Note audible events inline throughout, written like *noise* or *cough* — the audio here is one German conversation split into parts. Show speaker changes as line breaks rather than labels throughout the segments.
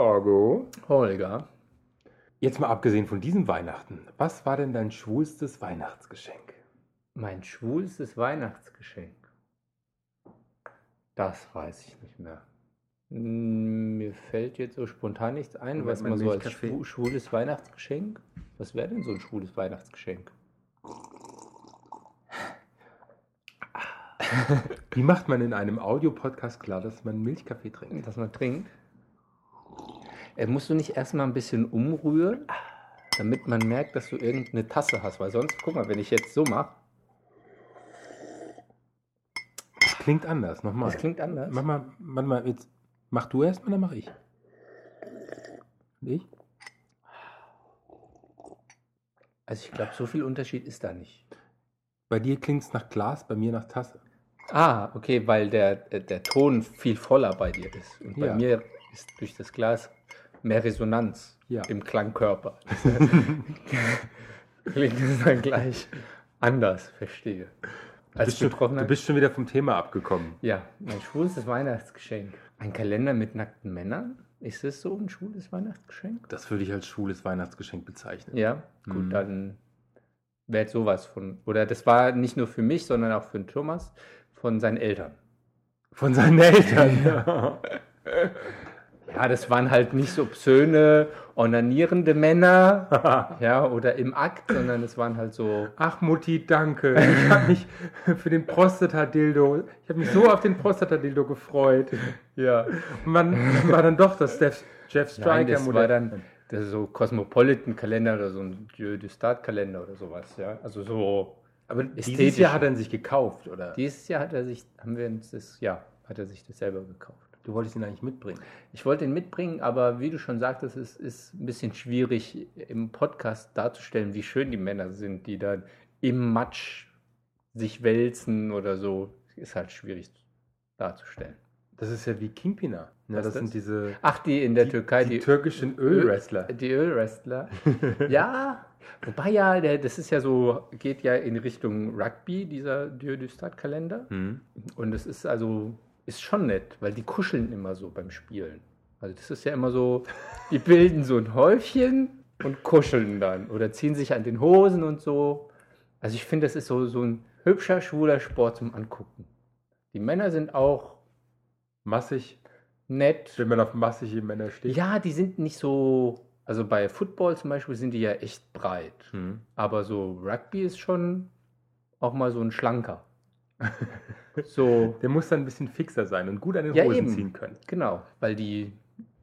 Jago,
Holger.
Jetzt mal abgesehen von diesem Weihnachten, was war denn dein schwulstes Weihnachtsgeschenk?
Mein schwulstes Weihnachtsgeschenk. Das weiß ich nicht mehr. Mm, Mir fällt jetzt so spontan nichts ein,
Moment,
was
mein
man so als
Milchkaffee.
schwu- schwules Weihnachtsgeschenk. Was wäre denn so ein schwules Weihnachtsgeschenk?
Wie macht man in einem Audiopodcast klar, dass man Milchkaffee trinkt?
Dass man trinkt. Äh, musst du nicht erstmal ein bisschen umrühren, damit man merkt, dass du irgendeine Tasse hast? Weil sonst, guck mal, wenn ich jetzt so mache,
Das klingt anders, nochmal.
das klingt anders.
Mach mal, warte mal, jetzt mach du erst mal, dann mach ich. Und ich?
Also ich glaube, so viel Unterschied ist da nicht.
Bei dir klingt es nach Glas, bei mir nach Tasse.
Ah, okay, weil der, äh, der Ton viel voller bei dir ist. Und bei
Ja.
mir ist durch das Glas mehr Resonanz
Ja.
im Klangkörper. *laughs* Klingt es dann gleich anders, verstehe. Als
du, bist schon,
Betroffener.
du bist schon wieder vom Thema abgekommen.
ja, mein schwules Weihnachtsgeschenk. Ein Kalender mit nackten Männern? Ist es so ein schwules Weihnachtsgeschenk?
Das würde ich als schwules Weihnachtsgeschenk bezeichnen.
Ja, gut,
Mhm.
dann wäre sowas von. Oder das war nicht nur für mich, sondern auch für den Thomas von seinen Eltern.
Von seinen Eltern.
Ja, das waren halt nicht so obszöne, onanierende Männer, ja, oder im Akt, sondern es waren halt so.
Ach Mutti, danke. Ich habe mich für den Prostatadildo, ich habe mich so auf den Prostatadildo gefreut.
Ja,
Und
*laughs*
man war dann doch das Jeff, Jeff
Nein,
Striker
das war dann das ist so Cosmopolitan-Kalender oder so ein Dieu du Start-Kalender oder sowas, ja. Also so.
Aber
Ästhetisch.
dieses Jahr hat er ihn sich gekauft, oder?
Dieses Jahr hat er sich, haben wir uns das, ja, hat er sich das selber gekauft.
Du wolltest ihn eigentlich mitbringen.
Ich wollte ihn mitbringen, aber wie du schon sagtest, es ist ein bisschen schwierig im Podcast darzustellen, wie schön die Männer sind, die dann im Matsch sich wälzen oder so. Ist halt schwierig darzustellen.
Das ist ja wie Kingpina. Ne,
Was
das,
ist das?
sind diese
Ach, die in der Türkei,
die,
die,
türkischen Ölwrestler.
Öl- Die Ölwrestler. *laughs* ja, wobei ja, der, das ist ja so, geht ja in Richtung Rugby, dieser Dieu du Stade-Kalender.
Hm.
Und es ist also, ist schon nett, weil die kuscheln immer so beim Spielen. Also das ist ja immer so, die bilden so ein Häufchen und kuscheln dann oder ziehen sich an den Hosen und so. Also ich finde, das ist so, so ein hübscher, schwuler Sport zum Angucken. Die Männer sind auch
Massig,
nett.
wenn man auf massige Männer steht.
Ja, die sind nicht so, also bei Football zum Beispiel sind die ja echt breit.
Hm.
Aber so Rugby ist schon auch mal so ein schlanker. So,
Der muss dann ein bisschen fixer sein und gut an den
Ja,
Hosen
eben.
ziehen können.
Genau, weil die,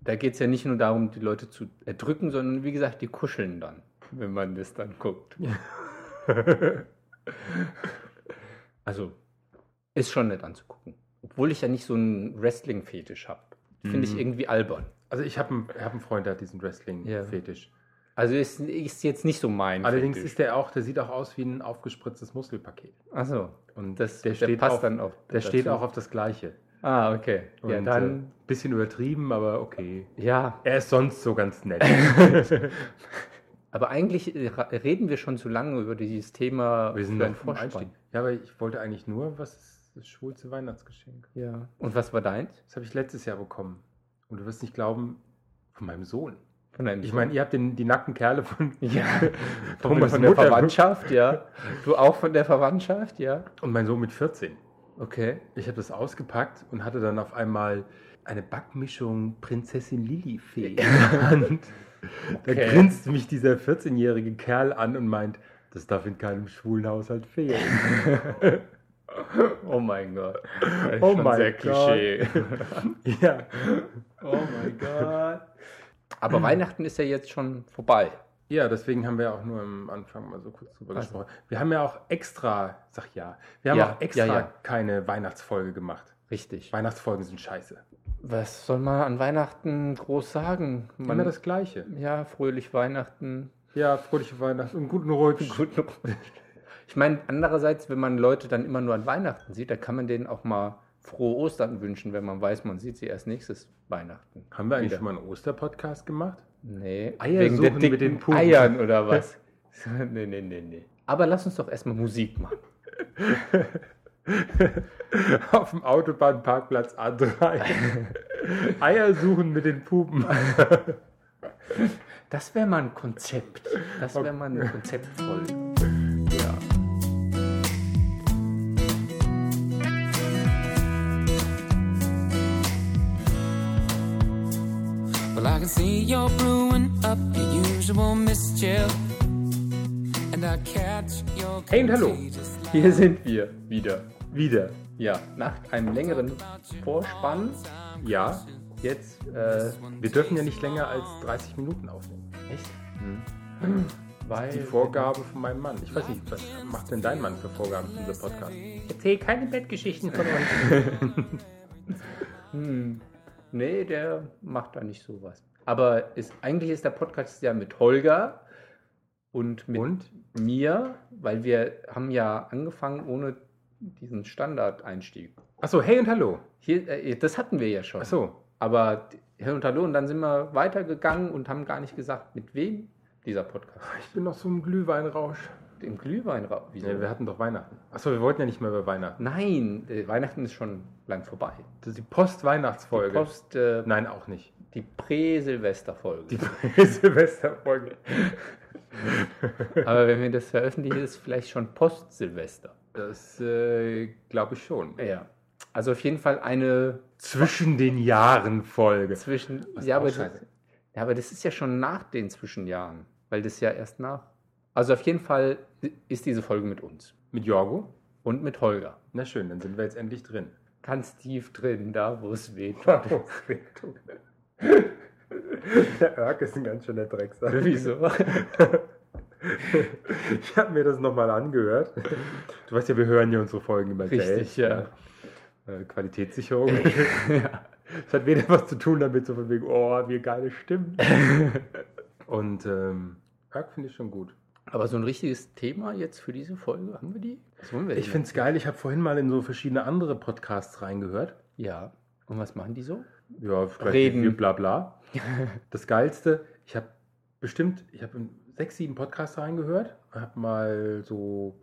da geht es ja nicht nur darum, die Leute zu erdrücken, sondern wie gesagt, die kuscheln dann, wenn man das dann guckt. *laughs* also, ist schon nett anzugucken. Obwohl ich ja nicht so einen Wrestling-Fetisch habe. Finde ich
Mhm.
irgendwie albern.
Also ich habe einen, hab einen Freund, der hat diesen Wrestling-Fetisch.
Also ist, ist jetzt nicht so mein
Allerdings
Fetisch.
ist der auch, der sieht auch aus wie ein aufgespritztes Muskelpaket.
Achso,
Und
das,
der
der
steht
passt
auf-
dann auch.
Der steht
dazu.
auch auf das Gleiche.
Ah, okay.
Und,
ja,
äh,
dann.
bisschen übertrieben, aber okay.
Ja,
Er ist sonst so ganz
*laughs*
nett.
aber eigentlich äh, reden wir schon zu lange über dieses Thema.
Wir sind
für
noch
einen
vom
Vorspann.
Einstieg. Ja, aber ich wollte eigentlich nur, was ist das schwulste Weihnachtsgeschenk?
Ja. Und was war deins?
Das habe ich letztes Jahr bekommen. Und du wirst nicht glauben, von meinem Sohn.
Von deinem
Ich meine, ihr habt den, die nackten Kerle *laughs* von
ja. *laughs* von,
Thomas
von der
Mutter.
Verwandtschaft, ja. *laughs* Du auch von der Verwandtschaft, ja.
und mein Sohn mit 14.
Okay.
Ich habe das ausgepackt und hatte dann auf einmal eine Backmischung Prinzessin Lilifee in
*laughs*
der Hand. Da
Okay.
grinst mich dieser 14-jährige Kerl an und meint, das darf in keinem schwulen Haushalt fehlen.
Oh mein Gott.
Oh
Oh
mein
mein sehr
Gott.
Klischee.
ja.
Oh mein Gott. *laughs* Aber Weihnachten ist ja jetzt schon vorbei.
Ja, deswegen haben wir auch nur am Anfang mal so kurz drüber
Also.
gesprochen. Wir haben ja auch extra, sag ja, wir haben
Ja,
auch extra
ja, ja.
keine Weihnachtsfolge gemacht.
Richtig.
Weihnachtsfolgen sind scheiße.
Was soll man an Weihnachten groß sagen? Man,
Immer das Gleiche.
ja, fröhlich Weihnachten.
Ja, fröhliche Weihnachten und guten Rutsch.
Guten Rutsch. *laughs* Ich meine, andererseits, wenn man Leute dann immer nur an Weihnachten sieht, dann kann man denen auch mal frohe Ostern wünschen, wenn man weiß, man sieht sie erst nächstes Weihnachten.
Haben wir eigentlich
Wieder.
schon mal einen Osterpodcast gemacht? *laughs*
Nee,
Eier
wegen der
suchen
dicken
mit den Puben.
Eiern *laughs* oder was? nee, nee, nee, nee. Aber lass uns doch erstmal Musik machen. *laughs*
Auf dem Autobahnparkplatz A3. Eier suchen mit den Pupen.
Das wäre mal ein Konzept. Das wäre mal eine Konzeptfolge.
Ja.
Well, I can see you're brewing up your usual mischief. And I catch your
Hey und hallo,
contagious laugh.
hier sind wir wieder.
Wieder.
Ja, nach einem längeren Vorspann.
Ja.
Jetzt, äh,
Wir dürfen ja nicht länger als 30 Minuten aufnehmen.
echt? Weil
Die Vorgabe von meinem Mann. Ich weiß nicht, was macht denn dein Mann für Vorgaben für diesen Podcast?
erzähl keine Bettgeschichten von uns. hm. Nee, der macht da nicht sowas. Aber ist, eigentlich ist der Podcast ja mit Holger und mit
Und?
mir, weil wir haben ja angefangen ohne diesen Standardeinstieg.
Achso, hey und hallo.
Hier, äh, das hatten wir ja schon.
Achso.
Aber Herr und Hallo, und dann sind wir weitergegangen und haben gar nicht gesagt, mit wem dieser Podcast.
Ich bin noch so im Glühweinrausch.
Im Glühweinraum. Wieso?
Ja, wir hatten doch Weihnachten. Achso, wir wollten ja nicht mehr über Weihnachten.
Nein, äh, Weihnachten ist schon lang vorbei.
Das ist die Post-Weihnachtsfolge.
Post, äh,
Nein, auch nicht.
die Prä-Silvester-Folge.
Die Silvesterfolge.
Aber wenn wir das veröffentlichen, ist es vielleicht schon Post-Silvester.
Das äh, glaube ich schon.
Ja. Also auf jeden Fall eine
Zwischen den Jahren Folge.
zwischen.
Was
Ja
auch
aber,
scheiße.
ja, aber das ist ja schon nach den Zwischenjahren, weil das ja erst nach. Also auf jeden Fall ist diese Folge mit uns
Mit Jorgo?
und mit Holger.
Na schön, dann sind wir jetzt endlich drin. *laughs*
Ganz tief drin, da wo es weht.
Der Erk ist ein ganz schöner Drecksack.
*laughs* Wieso?
Ich habe mir das nochmal angehört. Du weißt ja, wir hören ja unsere Folgen immer
Richtig,
selbst.
ja.
ne? Äh, Qualitätssicherung. *laughs* Das hat weder was zu tun damit, so von wegen, oh, wie geile *laughs* Stimmen. Und ähm, Erk finde ich schon gut.
Aber so ein richtiges Thema jetzt für diese Folge, haben wir die? Was wollen wir
Ich
denn?
finde es geil, ich habe vorhin mal in so verschiedene andere Podcasts reingehört.
Ja. Und was machen die so?
Ja, vielleicht
Reden.
Viel bla
*laughs*
bla. Das Geilste, ich habe bestimmt, ich habe in sechs, sieben Podcasts reingehört, habe mal so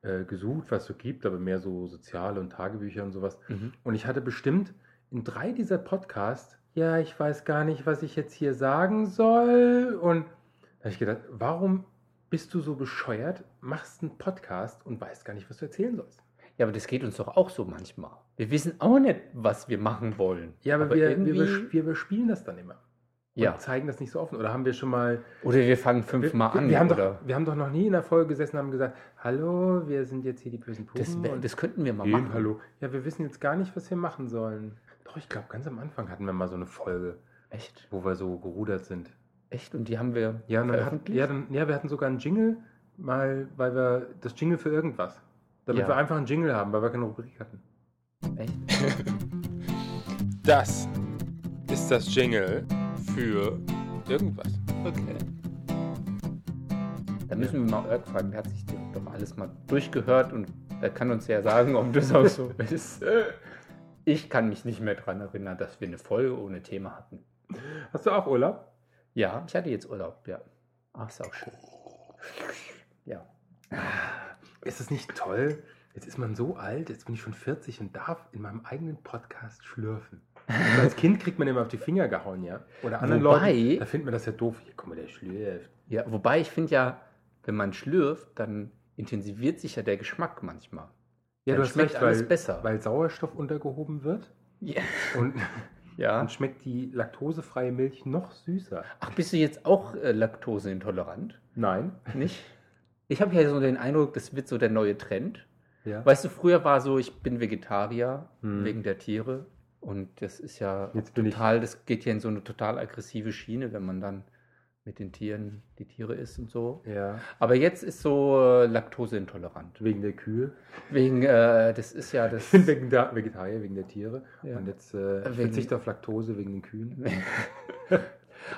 äh, gesucht, was es so gibt, aber mehr so soziale und Tagebücher und sowas. Und ich hatte bestimmt in drei dieser Podcasts, ja, ich weiß gar nicht, was ich jetzt hier sagen soll. Und da habe ich gedacht, warum bist du so bescheuert, machst einen Podcast und weißt gar nicht, was du erzählen sollst?
Ja, aber das geht uns doch auch so manchmal. Wir wissen auch nicht, was wir machen wollen.
Ja, aber, wir, wir,
irgendwie-
übersch- wir überspielen das dann immer. Und
Ja.
zeigen das nicht so offen. Oder haben wir schon mal
Oder wir fangen
Wir,
fünfmal an.
wir, wir, haben
oder
doch, wir haben doch noch nie in der Folge gesessen und haben gesagt, hallo, wir sind jetzt hier die bösen Puppen.
das, wär,
und
das könnten wir mal
Eben,
machen.
hallo. Ja, wir wissen jetzt gar nicht, was wir machen sollen. Doch, ich glaube, ganz am Anfang hatten wir mal so eine Folge,
Echt?
wo wir so gerudert sind.
Echt? Und die haben wir
Ja, und dann hatten,
veröffentlicht?
ja, dann, ja wir hatten sogar einen Jingle, mal, weil wir das Jingle für irgendwas. Damit
Ja.
wir einfach einen Jingle haben, weil wir keine Rubrik hatten.
Echt?
Das ist das Jingle für irgendwas.
Okay. Da müssen wir mal Irk fragen. Der hat sich doch alles mal durchgehört und er kann uns ja sagen, ob das
*laughs*
auch so ist. Ich kann mich nicht mehr daran erinnern, dass wir eine Folge ohne Thema hatten.
Hast du auch Urlaub?
Ja, ich hatte jetzt Urlaub, ja. Ach, ist auch schön. Ja.
Ist das nicht toll? Jetzt ist man so alt, jetzt bin ich schon 40 und darf in meinem eigenen Podcast schlürfen. Also als Kind kriegt man immer auf die Finger gehauen, ja? Oder anderen
Wobei-
Leuten. Da findet man das ja doof. Hier, guck mal, der schlürft.
ja wobei ich finde ja, wenn man schlürft, dann intensiviert sich ja der Geschmack manchmal. Dann schmeckt alles
weil,
besser.
weil Sauerstoff untergehoben wird
Ja.
*laughs* und
ja.
dann schmeckt die laktosefreie Milch noch süßer.
Ach, bist du jetzt auch äh, laktoseintolerant?
Nein. *laughs*
Nicht? Ich habe ja so den Eindruck, das wird so der neue Trend.
Ja.
Weißt du, früher war so, ich bin Vegetarier
Hm.
wegen der Tiere. Und das ist ja
Jetzt bin ich-
total, das geht ja in so eine total aggressive Schiene, wenn man dann mit den Tieren die Tiere isst und so.
ja.
Aber jetzt ist so äh, laktoseintolerant.
Wegen der Kühe.
Wegen, äh, das ist ja
Ich
das.
bin *laughs* wegen der Vegetarier, wegen der Tiere.
Ja.
Und jetzt äh, ich
Wegen-
verzichte auf Laktose wegen den Kühen.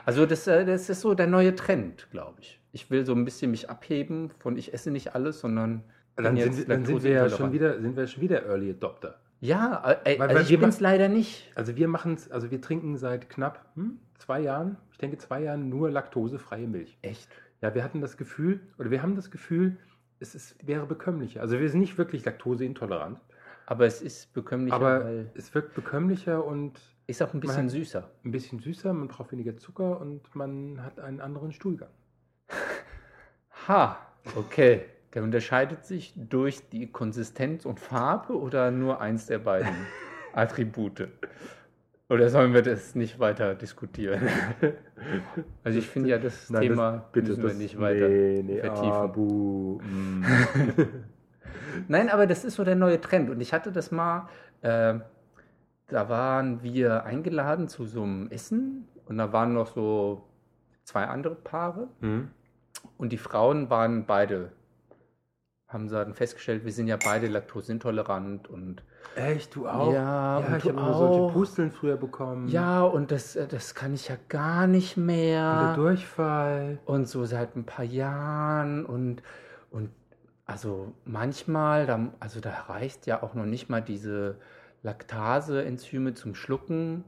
also das, äh, das ist so der neue Trend, glaube ich. Ich will so ein bisschen mich abheben von ich esse nicht alles, sondern bin
Dann
jetzt
sind, wir- dann sind wir ja schon
laktoseintolerant.
wieder, sind wir schon wieder Early Adopter.
Ja, äh, ey,
Weil-
also
weil
ich
wir
bin es leider nicht.
Also wir machen es, also wir trinken seit knapp hm, zwei Jahren, ich denke zwei Jahren nur laktosefreie Milch.
Echt?
Ja, wir hatten das Gefühl, oder wir haben das Gefühl, es ist, wäre bekömmlicher. Also wir sind nicht wirklich laktoseintolerant,
Aber es ist bekömmlicher,
Aber
weil
es wirkt bekömmlicher und
ist auch ein bisschen
Man-
süßer.
ein bisschen süßer, man braucht weniger Zucker und man hat einen anderen Stuhlgang.
Ha, okay. Der unterscheidet sich durch die Konsistenz und Farbe oder nur eins
*laughs*
der beiden Attribute? Oder sollen wir das nicht
*laughs*
weiter diskutieren? Also ich finde ja, das
Nein,
Thema
das- bitte,
müssen wir
das-
nicht weiter
nee, nee,
vertiefen.
Ah, buh, mm.
Nein, aber das ist so der neue Trend. Und ich hatte das mal, äh, da waren wir eingeladen zu so einem Essen und da waren noch so zwei andere Paare
*laughs* Hm?
und die Frauen waren beide, haben sie dann festgestellt, wir sind ja beide laktoseintolerant und
Echt, du auch?
Ja, und
ich
du
habe immer solche
auch.
Pusteln früher bekommen.
ja, und das, äh, das kann ich ja gar nicht
Und der
mehr.
Durchfall.
Und so seit ein paar Jahren und, und also manchmal, da, also da reicht ja auch noch nicht mal diese Laktase-Enzyme zum Schlucken,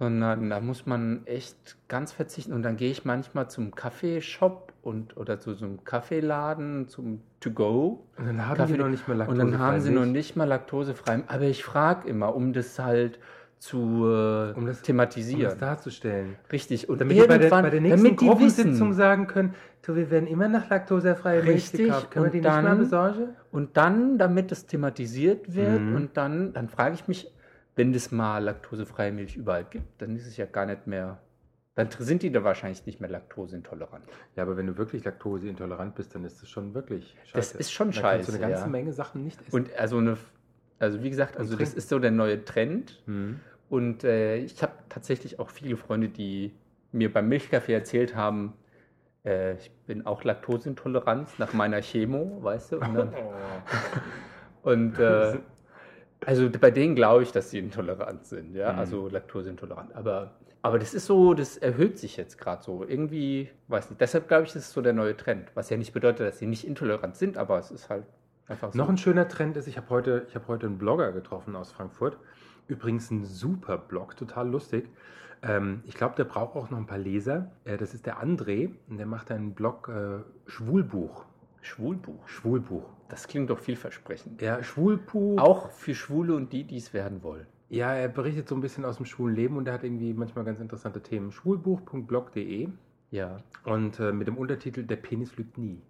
sondern da muss man echt ganz verzichten. Und dann gehe ich manchmal zum Kaffeeshop und oder zu so einem Kaffeeladen, zum To-Go.
Und dann haben
Kaffee-
die noch nicht mal
Und dann haben sie noch
laktosefrei
nicht mal laktosefrei. Aber ich frage immer, um das halt zu äh,
Um das- um
thematisieren.
das darzustellen.
Richtig. Und
Damit die bei der,
irgendwann-
bei der nächsten
damit die
Gruppensitzung
wissen.
sagen können, du, wir werden immer nach laktosefreier Milch
Richtig,
gekauft. Können wir
und
die
dann-
nicht mal besorgen?
Und dann, damit es thematisiert wird,
Mhm.
und dann, dann frage ich mich, wenn es mal laktosefreie Milch überall gibt, dann ist es ja gar nicht mehr. Dann sind die da wahrscheinlich nicht mehr laktoseintolerant.
Ja, aber wenn du wirklich laktoseintolerant bist, dann ist das schon wirklich scheiße.
Das ist schon
Dann kannst du
scheiße,
eine ganze
ja.
Menge Sachen nicht essen.
Und also eine, also wie gesagt, also das
trinken.
ist so der neue Trend.
Hm.
Und äh, ich habe tatsächlich auch viele Freunde, die mir beim Milchkaffee erzählt haben, äh, ich bin auch laktoseintolerant nach meiner Chemo, weißt du? Und,
*laughs*
dann,
Oh.
und äh, also bei denen glaube ich, dass sie intolerant sind, ja,
Mhm.
also laktoseintolerant. Aber, aber das ist so, das erhöht sich jetzt gerade so. Irgendwie, weiß nicht. Deshalb glaube ich, das ist so der neue Trend. Was ja nicht bedeutet, dass sie nicht intolerant sind, aber es ist halt einfach so.
Noch ein schöner Trend ist, ich habe heute, ich habe heute einen Blogger getroffen aus Frankfurt. Übrigens ein super Blog, total lustig. Ähm, ich glaube, der braucht auch noch ein paar Leser. Äh, das ist der André und der macht einen Blog äh, Schwulbuch.
Schwulbuch.
Schwulbuch.
Das klingt doch vielversprechend.
Ja, Schwulbuch.
Auch für Schwule und die, die es werden wollen.
Ja, er berichtet so ein bisschen aus dem schwulen Leben und er hat irgendwie manchmal ganz interessante Themen. Schwulbuch.blog.de
Ja.
und äh, mit dem Untertitel Der Penis lügt nie.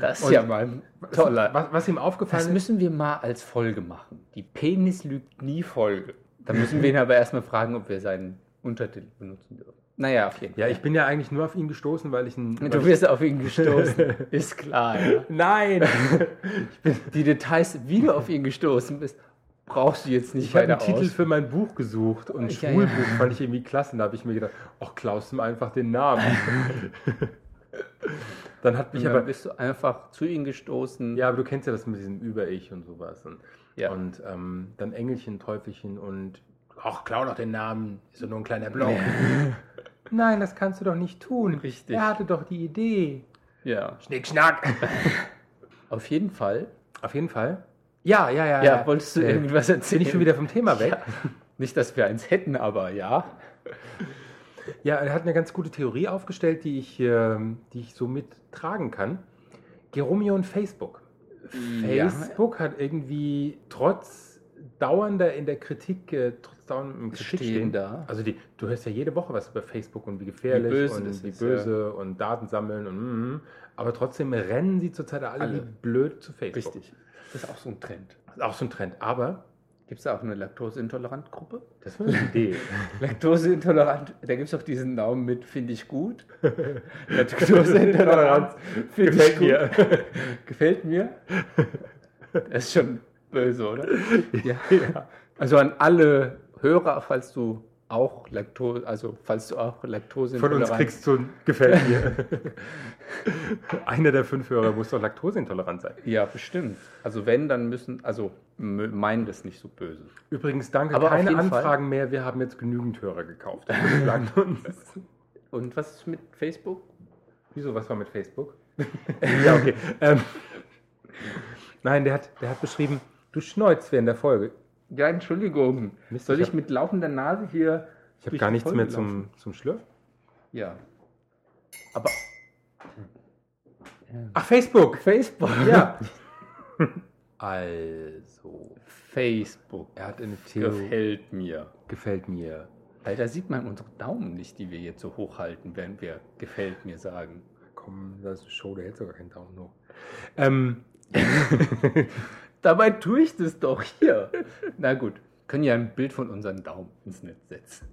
Das ist
Und-
ja mal ein toller.
Was, was ihm
Das
aufgefallen ist,
müssen wir mal als Folge machen. Die Penis lügt nie Folge.
*laughs*
Da müssen wir ihn aber erstmal fragen, ob wir seinen Untertitel benutzen dürfen. Naja, auf jeden Fall.
ja, ich bin ja eigentlich nur auf ihn gestoßen, weil ich ein. weil
Du wirst auf
*laughs*
ihn gestoßen. ist klar. Ja.
ich, nein!
Die Details, wie du auf ihn gestoßen bist, brauchst du jetzt nicht
Ich habe
weiter
einen Titel
aus.
für mein Buch gesucht und
Ja, ja.
Schwulbuch fand ich irgendwie klasse. Da habe ich mir gedacht, ach, klaust ihm einfach den
*laughs*
Namen. Dann hat mich
Ich aber
aber.
bist du einfach zu ihm gestoßen.
Ja, aber du kennst ja das mit diesem Über-Ich und sowas. Und,
Ja.
und ähm, dann Engelchen, Teufelchen und ach, klau doch den Namen, ist doch nur ein kleiner Block. *laughs* Nein, das kannst du doch nicht tun.
Richtig.
Er hatte doch die Idee.
ja.
Schnick, schnack.
Auf jeden Fall.
Auf jeden Fall. Ja, ja, ja.
Ja, wolltest du
Äh,
irgendwas erzählen?
Bin ich schon wieder vom Thema weg?
*laughs* Nicht, dass wir eins hätten, aber ja.
Ja, er hat eine ganz gute Theorie aufgestellt, die ich, ähm, die ich so mittragen kann. Geromeo und Facebook.
Ja.
Facebook hat irgendwie trotz dauernder in der Kritik, äh, trotz dauerndem Kritik
Stehen da.
Also die, du hörst ja jede Woche was über Facebook und wie gefährlich
Wie böse
und
das
wie
ist,
böse und Daten sammeln und mm, mm. aber trotzdem rennen sie zurzeit alle,
Alle.
wie blöd zu Facebook.
Richtig. Das ist auch so ein Trend.
Das ist auch so ein Trend. Aber
Gibt es da auch eine Laktoseintolerant-Gruppe?
das war
*laughs*
eine Idee.
Laktoseintolerant, da gibt es auch diesen Namen mit, finde ich gut. *laughs* Laktoseintolerant, finde ich
Gefällt
gut.
mir.
*laughs* Gefällt mir. Das ist schon böse, oder?
*laughs*
Ja. Also an alle Hörer, falls du auch Laktose, also falls du auch
Von uns
Laktoseintolerant
kriegst du ein gefällt mir. *laughs* Einer der fünf Hörer muss doch laktoseintolerant sein.
Ja, bestimmt. Also wenn, dann müssen, also m- meinen das nicht so böse.
Übrigens, danke,
Aber auf
keine
jeden
Anfragen mehr. Wir haben jetzt genügend Hörer gekauft. *laughs* Sagt uns.
Und was ist mit Facebook?
Wieso, was war mit *laughs* Facebook? ja, okay. Ähm, nein, der hat, der hat beschrieben, du schneuzt während der Folge.
Ja, Entschuldigung.
Mist,
Soll
ich
ich,
hab-
mit laufender Nase hier.
Ich habe gar nichts mehr zum, zum Schlürfen.
Ja. Aber
Ach, Facebook!
Facebook.
Ja. *laughs* Also,
Facebook.
er hat eine Theorie.
Gefällt mir.
gefällt mir.
Alter, sieht man unsere Daumen nicht, die wir jetzt so hochhalten, während wir gefällt mir sagen.
Komm, das ist eine Show, der hält sogar keinen Daumen hoch. Ähm,
Dabei tue ich das doch hier. *laughs* Na gut, können ja ein Bild von unseren Daumen ins Netz setzen.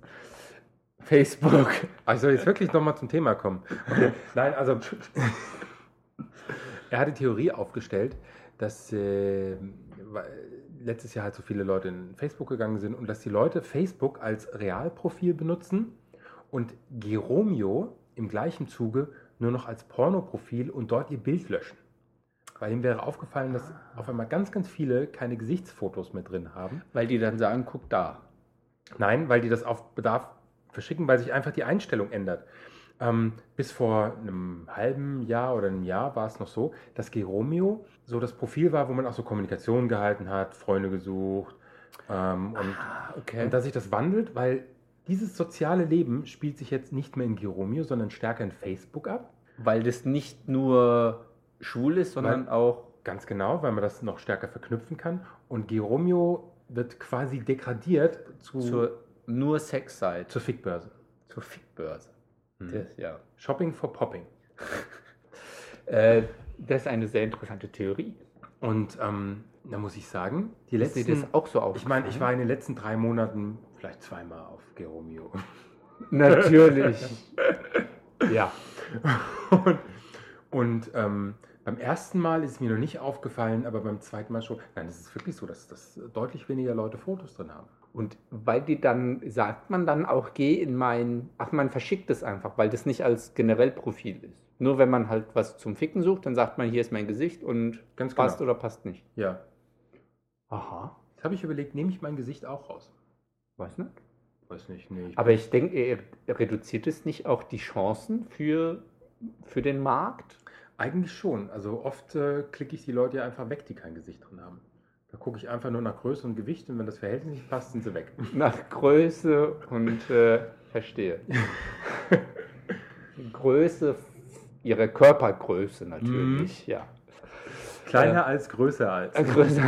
Facebook.
aber Ah, ich soll jetzt wirklich nochmal zum Thema kommen. Okay. Nein, also, er hat die Theorie aufgestellt, dass äh, weil letztes Jahr halt so viele Leute in Facebook gegangen sind und dass die Leute Facebook als Realprofil benutzen und Geromeo im gleichen Zuge nur noch als Pornoprofil und dort ihr Bild löschen. Weil ihm wäre aufgefallen, dass auf einmal ganz, ganz viele keine Gesichtsfotos mehr drin haben.
Weil die dann sagen, guck da.
Nein, weil die das auf Bedarf verschicken, weil sich einfach die Einstellung ändert. Ähm, bis vor einem halben Jahr oder einem Jahr war es noch so, dass Geromeo so das Profil war, wo man auch so Kommunikation gehalten hat, Freunde gesucht. Ähm, und,
okay.
und dass sich das wandelt, weil dieses soziale Leben spielt sich jetzt nicht mehr in Geromeo, sondern stärker in Facebook ab.
Weil das nicht nur schwul ist, sondern
Weil-
auch.
Ganz genau, weil man das noch stärker verknüpfen kann. Und Geromeo wird quasi degradiert zu, zur,
zur nur Sexseite,
zur Fickbörse.
zur Fickbörse.
Mhm.
Das, ja.
Shopping for Popping.
äh, das ist eine sehr interessante Theorie.
Und ähm, da muss ich sagen, die
Ist dir
letzten,
das auch so
ich meine, ich war
aufgefallen?
in den letzten drei Monaten vielleicht zweimal auf
*laughs*
Geromeo.
natürlich.
ja. und und ähm, beim ersten Mal ist es mir noch nicht aufgefallen, aber beim zweiten Mal schon. Nein, es ist wirklich so, dass, dass deutlich weniger Leute Fotos drin haben.
*laughs* Und weil die dann, sagt man dann auch, geh in mein, ach, man verschickt es einfach, weil das nicht als generell Profil ist. Nur wenn man halt was zum Ficken sucht, dann sagt man, hier ist mein Gesicht und
Ganz genau.
passt oder passt nicht.
Ja.
Aha,
Jetzt habe ich überlegt, nehme ich mein Gesicht auch raus?
weiß nicht.
Weiß nicht, nee. Ich
Aber ich denke, er- er reduziert es nicht auch die Chancen für, für den Markt?
Eigentlich schon. Also oft äh, klicke ich die Leute ja einfach weg, die kein Gesicht drin haben. Da gucke ich einfach nur nach Größe und Gewicht und wenn das Verhältnis nicht passt, sind sie weg.
Nach Größe und äh, *laughs* verstehe. Größe ihrer Körpergröße natürlich, ja.
Kleiner als größer als.
Äh, Größe.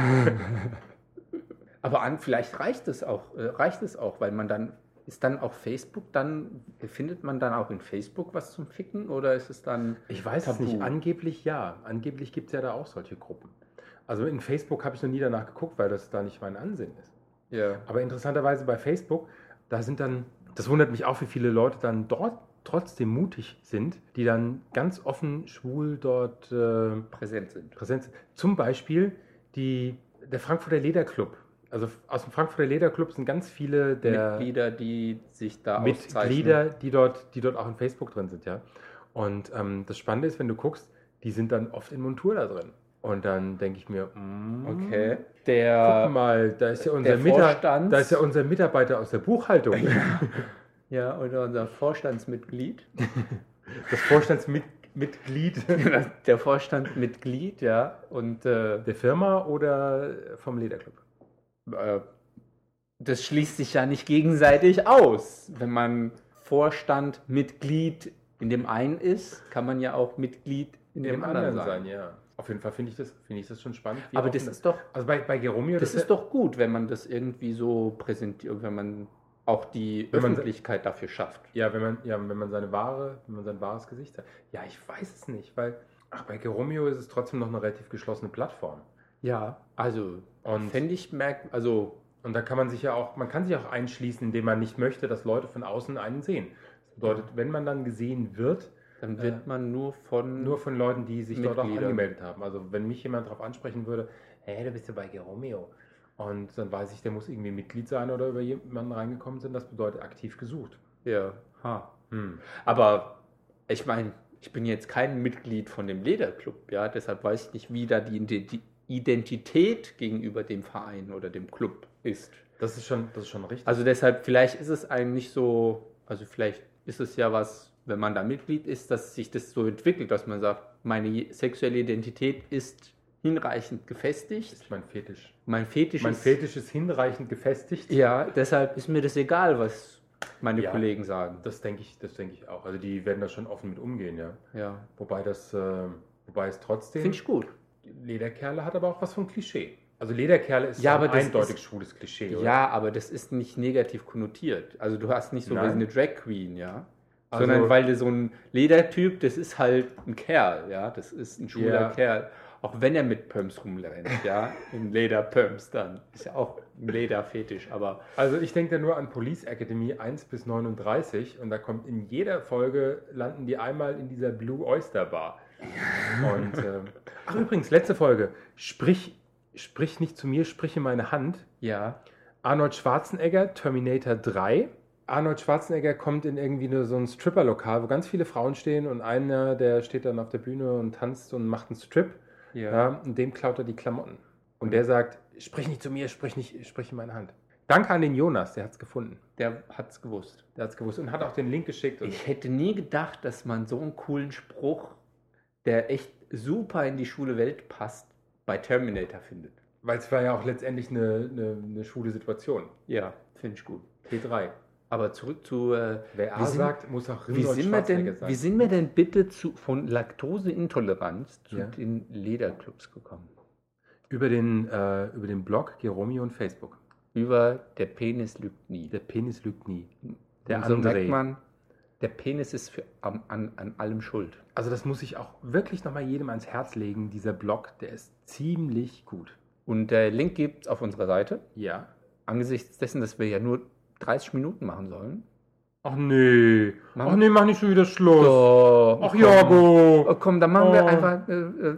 Aber an, vielleicht reicht es auch, äh, reicht es auch, weil man dann ist dann auch Facebook dann findet man dann auch in Facebook was zum ficken oder ist es dann
Ich weiß
Tabu.
es nicht. Angeblich ja. Angeblich gibt es ja da auch solche Gruppen. Also in Facebook habe ich noch nie danach geguckt, weil das da nicht mein Ansehen ist.
ja
Aber interessanterweise bei Facebook, da sind dann, das wundert mich auch, wie viele Leute dann dort trotzdem mutig sind, die dann ganz offen schwul dort äh,
präsent sind?
präsent sind. Zum Beispiel die, der Frankfurter Lederclub. Also aus dem Frankfurter Lederclub sind ganz viele der
Mitglieder, die sich da
Mitglieder, die dort, die dort auch in Facebook drin sind, ja. Und ähm, das Spannende ist, wenn du guckst, die sind dann oft in Montur da drin. Und dann denke ich mir, mm,
auszeichnen. Okay,
guck
der
mal, da ist ja unser,
Äh, der
Mitar
Vorstands-
da ist ja unser Mitarbeiter aus der Buchhaltung,
ja oder unser Vorstandsmitglied,
das
*laughs*
Vorstandsmitglied
der Vorstandsmitglied, ja und äh,
der Firma oder vom Lederclub.
äh, das schließt sich ja nicht gegenseitig aus. Wenn man Vorstand, Mitglied in dem einen ist, kann man ja auch Mitglied in dem, anderen sein.
ja. Auf jeden Fall finde ich, das- finde ich das schon spannend. wie
Aber
offen
das ist doch,
Also bei, bei Geromeo,
das ist doch gut, wenn man das irgendwie so präsentiert, wenn man auch die
Wenn man-
Öffentlichkeit dafür schafft.
Ja, wenn man, ja, wenn man seine wahre, wenn man sein wahres Gesicht hat. Ja, ich weiß es nicht, weil ach, bei Geromeo ist es trotzdem noch eine relativ geschlossene Plattform.
Ja, also
Und-
fände ich merk, also
Und da kann man sich ja auch, man kann sich auch einschließen, indem man nicht möchte, dass Leute von außen einen sehen. Das bedeutet, wenn man dann gesehen wird,
dann wird
Äh,
man nur von
nur von Leuten, die sich dort auch
Mitglieder.
angemeldet haben. Also wenn mich jemand darauf ansprechen würde, hey, du bist ja bei Geromeo. Und dann weiß ich, der muss irgendwie Mitglied sein oder über jemanden reingekommen sind. Das bedeutet aktiv gesucht.
ja. Ha.
Hm.
Aber ich meine, ich bin jetzt kein Mitglied von dem Lederclub, ja, deshalb weiß ich nicht, wie da die Ident- Identität gegenüber dem Verein oder dem Club ist.
Das ist schon, das ist schon richtig.
Also deshalb, vielleicht ist es einem nicht so, also vielleicht ist es ja was, wenn man da Mitglied ist, dass sich das so entwickelt, dass man sagt, meine je- sexuelle Identität ist hinreichend gefestigt,
ist mein Fetisch.
mein Fetisch
Mein
ist...
Fetisch ist hinreichend gefestigt.
Ja, deshalb ist mir das egal, was meine
Ja.
Kollegen sagen.
Das denke ich, das denke ich auch. Also die werden da schon offen mit umgehen, ja.
Ja,
Wobei das, äh, wobei es trotzdem
finde ich gut.
Lederkerle hat aber auch was vom Klischee. Also Lederkerle ist
Ja,
ein
aber das
eindeutig
ist-
schwules Klischee, oder?
Ja, aber das ist nicht negativ konnotiert. Also du hast nicht so
Nein.
wie eine Drag Queen, ja.
Also-
Sondern weil du so ein Ledertyp, das ist halt ein Kerl, ja. Das ist ein schwuler
Ja.
Kerl. Auch wenn er mit Pumps rumrennt, *laughs* ja. In Lederpumps dann. Ist ja auch ein Lederfetisch, aber
Also ich denke da nur an Police Academy 1 bis 39 und da kommt in jeder Folge, landen die einmal in dieser Blue Oyster Bar. Und, ähm, ach übrigens, letzte Folge. Sprich, sprich nicht zu mir, sprich in meine Hand.
ja.
Arnold Schwarzenegger, Terminator 3. Arnold Schwarzenegger kommt in irgendwie nur so ein Stripper-Lokal, wo ganz viele Frauen stehen und einer, der steht dann auf der Bühne und tanzt und macht einen Strip. Ja, und dem klaut er die Klamotten. Und der sagt, sprich nicht zu mir, sprich nicht, sprich in meine Hand. Danke an den Jonas, der hat's gefunden.
Der hat's gewusst.
Der hat's gewusst und hat auch den Link geschickt. Und
Ich hätte nie gedacht, dass man so einen coolen Spruch, der echt super in die schwule Welt passt, bei Terminator findet.
weil es war ja auch letztendlich eine, eine, eine schwule Situation.
Ja, finde ich gut.
P3.
Aber zurück zu äh,
Wer A
Wir sind-
sagt, muss auch
Wie
Arnold
sind, wir
Schwarzenegger
denn, wie sind wir denn bitte zu, von Laktoseintoleranz zu
Ja.
den Lederclubs gekommen?
Über, den, äh, über den Blog Geromeo und Facebook.
Über der Penis lügt nie.
Der Penis lügt nie.
Der
Und
so
André.
merkt man, der Penis ist für, am, an, an allem schuld.
Also das muss ich auch wirklich nochmal jedem ans Herz legen. Dieser Blog, der ist ziemlich gut.
Und der Link gibt es auf unserer Seite.
Ja.
Angesichts dessen, dass wir ja nur 30 Minuten machen sollen.
Ach nee.
Mann.
Ach nee, mach nicht schon wieder Schluss.
Doch,
Ach
komm.
Jago.
Oh, komm, dann machen wir
Oh.
einfach. Äh, äh,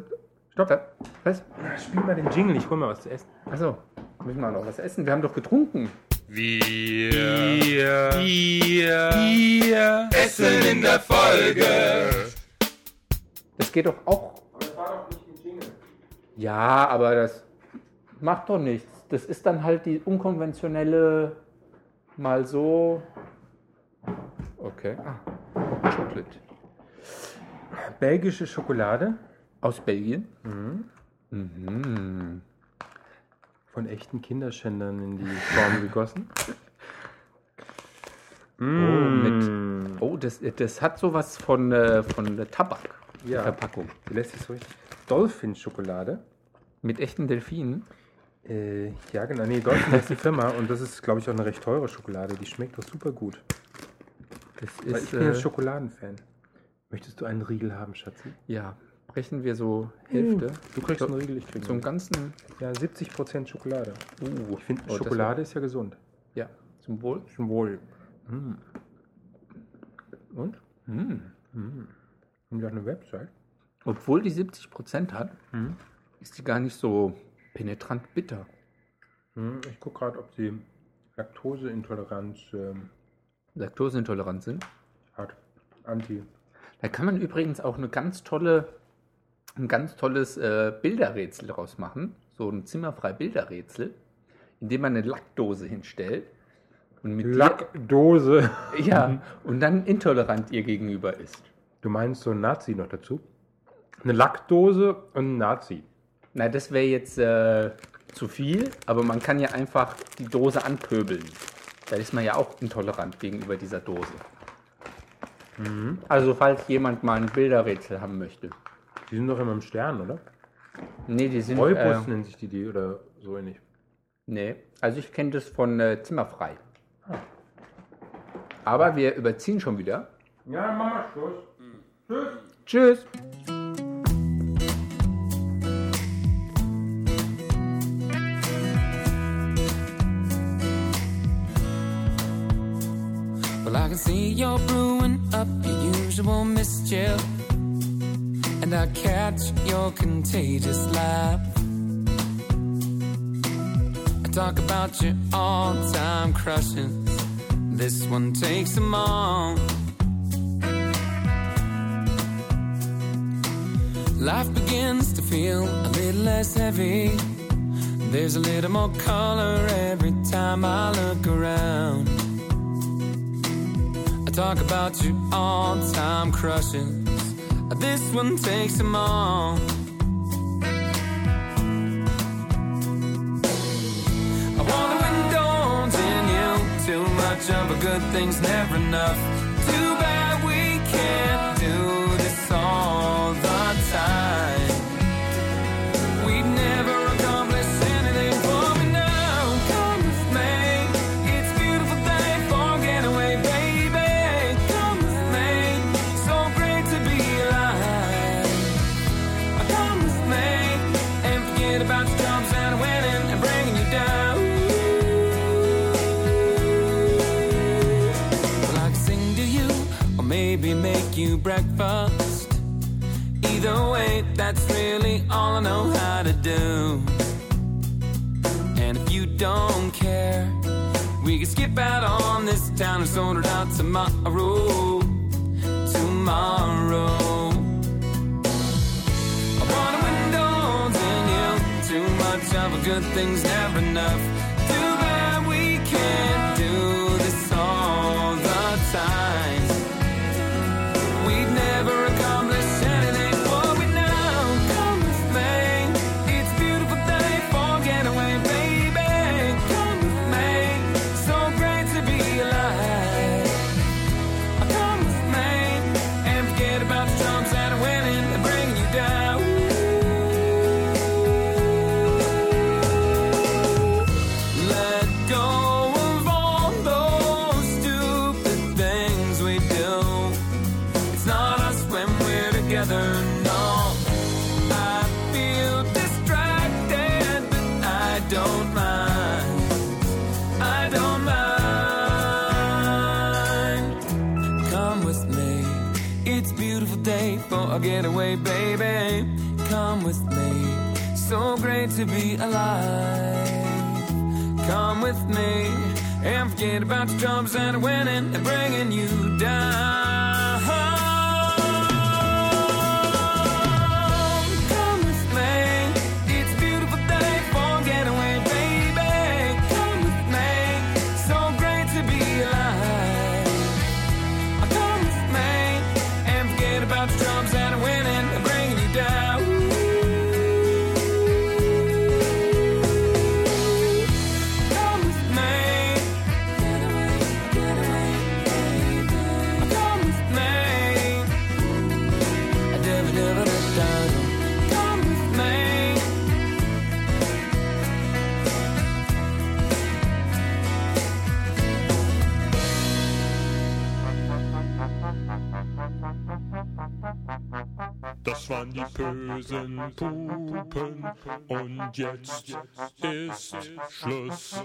Stopp.
da, was?
Spiel mal den Jingle, ich hol mal was zu essen.
Achso, müssen wir noch was essen? Wir haben doch getrunken.
Essen in der Folge.
Das geht doch auch. Ja, aber das macht doch nichts. Das ist dann halt die unkonventionelle, mal so. Okay. Ah, Chocolate.
Belgische Schokolade
Aus Belgien.
von echten Kinderschändern in die Form gegossen.
Mm.
Mm.
Oh, mit, oh das, das hat sowas von, äh, von Tabak. die
Ja.
Verpackung.
Die lässt sich so richtig. Dolphin-Schokolade.
Mit echten Delfinen.
Äh, ja, genau. Nee, Dolphin ist die Firma und das ist, glaube ich, auch eine recht teure Schokolade. Die schmeckt doch super gut.
Das
Weil ich
ist.
bin ja
Äh,
Schokoladenfan. Möchtest du einen Riegel haben, Schatzi?
ja, brechen wir so Mm. Hälfte.
Du kriegst
so,
einen Riegel, ich krieg
So
einen.
einen ganzen.
Ja, 70% Schokolade.
Uh,
Ich finde,
das war-
Schokolade ist ja gesund.
Ja, zum Wohl.
Schon wohl. Hm. Und? Hm. Haben die auch eine Website?
Obwohl die 70 Prozent hat,
Mhm.
ist die gar nicht so penetrant bitter.
Hm, Ich gucke gerade, ob sie Laktoseintoleranz ähm,
Laktoseintolerant sind.
hat. Anti.
Da kann man übrigens auch eine ganz tolle, ein ganz tolles äh, Bilderrätsel draus machen. So ein zimmerfrei Bilderrätsel, indem man eine Lackdose hinstellt und mit
Lackdose.
ihr, ja, und dann intolerant ihr gegenüber ist.
Du meinst so ein Nazi noch dazu? Eine Lackdose und ein Nazi.
Na, das wäre jetzt äh, zu viel, aber man kann ja einfach die Dose anpöbeln. Da ist man ja auch intolerant gegenüber dieser Dose. Also, falls jemand mal ein Bilderrätsel haben möchte.
Die sind doch immer im Stern, oder?
Nee, die sind.
Rollbus
Äh,
nennen sich die, die oder so ähnlich.
nee, also ich kenne das von äh, Zimmerfrei. Aber wir überziehen schon wieder.
Ja, mach mal Schluss.
Tschüss!
Well, I can see you're brewing up your usual mischief. And I catch your contagious laugh. I talk about your all time crushes. This one takes them all. Life begins to feel a little less heavy. There's a little more color every time I look around. I talk about you all time crushes. This one takes them all. I wanna indulge in you. Too much of a good thing's never enough. Too bad we can't do this all the time. We'd never accomplish anything. make you breakfast. Either way, that's really all I know how to do. And if you don't care, we can skip out on this town and sort it out tomorrow. Tomorrow. I want a windows in you. Too much of a good thing's never enough. Too bad we can't do this all the time. We'd never accomplish anything. What we now come with me. It's a beautiful day for getaway, baby. Come with me. So great to be alive. Come with me and forget about the drums that are winning and bringing you down. Let go of all those stupid things we do. It's not us when we're together, no. I feel distracted, but I don't mind. I don't mind. Come with me. It's a beautiful day for a getaway, baby. Come with me. So great to be alive. Come with me. And forget about the jobs that are winning and bringing you down. Come with me. It's a beautiful day for a getaway, baby. Come with me. So great to be alive. Come with me and forget about the drums that are winning and bringing you down. Come with me. Get away, get away, baby. Come with me. Da-ba-da-ba-da-da. Come with me.
Das waren die bösen Pupen und jetzt ist Schluss.